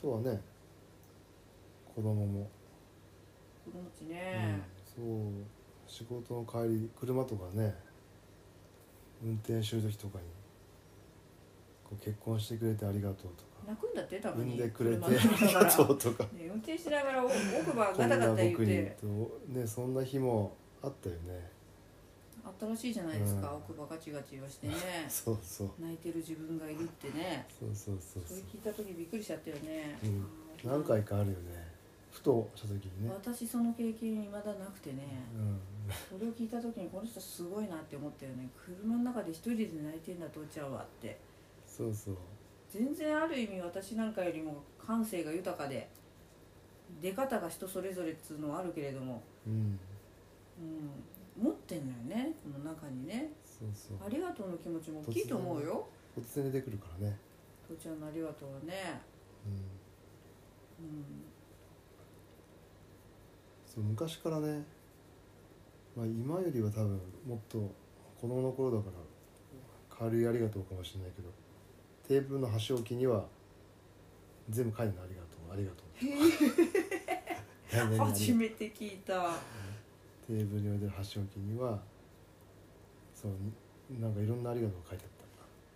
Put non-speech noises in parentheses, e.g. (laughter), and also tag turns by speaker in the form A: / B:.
A: そうだね子供も、
B: 子供たち
A: うん
B: ね、、
A: そう仕事の帰り車とかね運転してる時とかにこう結婚してくれてありがとうとか
B: 泣くんだってたま
A: 産ん
B: に
A: でくれて
B: 車
A: あ
B: の中
A: り
B: か
A: が (laughs)
B: ら
A: とうとか
B: ね、運転しながらお奥歯
A: こ
B: ガ
A: ん
B: タ
A: な
B: ガタ言っ
A: 僕に
B: て
A: とねそんな日もあったよね
B: あったらしいじゃないですか、
A: うん
B: 奥歯ガチガチ
A: (laughs)
B: をしてね
A: そうそう
B: 泣いてる自分がいるってね
A: そうそうそう
B: そ
A: そ
B: れ
A: う
B: 聞いた時びっくりしちゃったよね、
A: うん
B: あー
A: 何回かあるよねふとした時にね、
B: 私その経験いまだなくてね
A: うん、
B: それを聞いた時にこの人すごいなって思ったよね車の中で一人で泣いてんだ父ちゃんはって
A: そうそう
B: 全然ある意味私なんかよりも感性が豊かで出方が人それぞれっつうのはあるけれども、
A: うん
B: うん、持ってんのよねこの中にね
A: そうそう
B: ありがとうの気持ちも大きいと思うよ
A: 突然出てくるからね、
B: 父ちゃんのありがとうはね、
A: うん、
B: うん、
A: そう昔からね、まあ、今よりは多分もっと子供の頃だから軽いありがとうかもしれないけどテーブルの端置きには全部書いてあるのありがとうありがとう (laughs) 何々何々
B: 初めて聞いた
A: テーブルに置いてる箸置きにはそうなんかいろんなありがとうが書いてあっ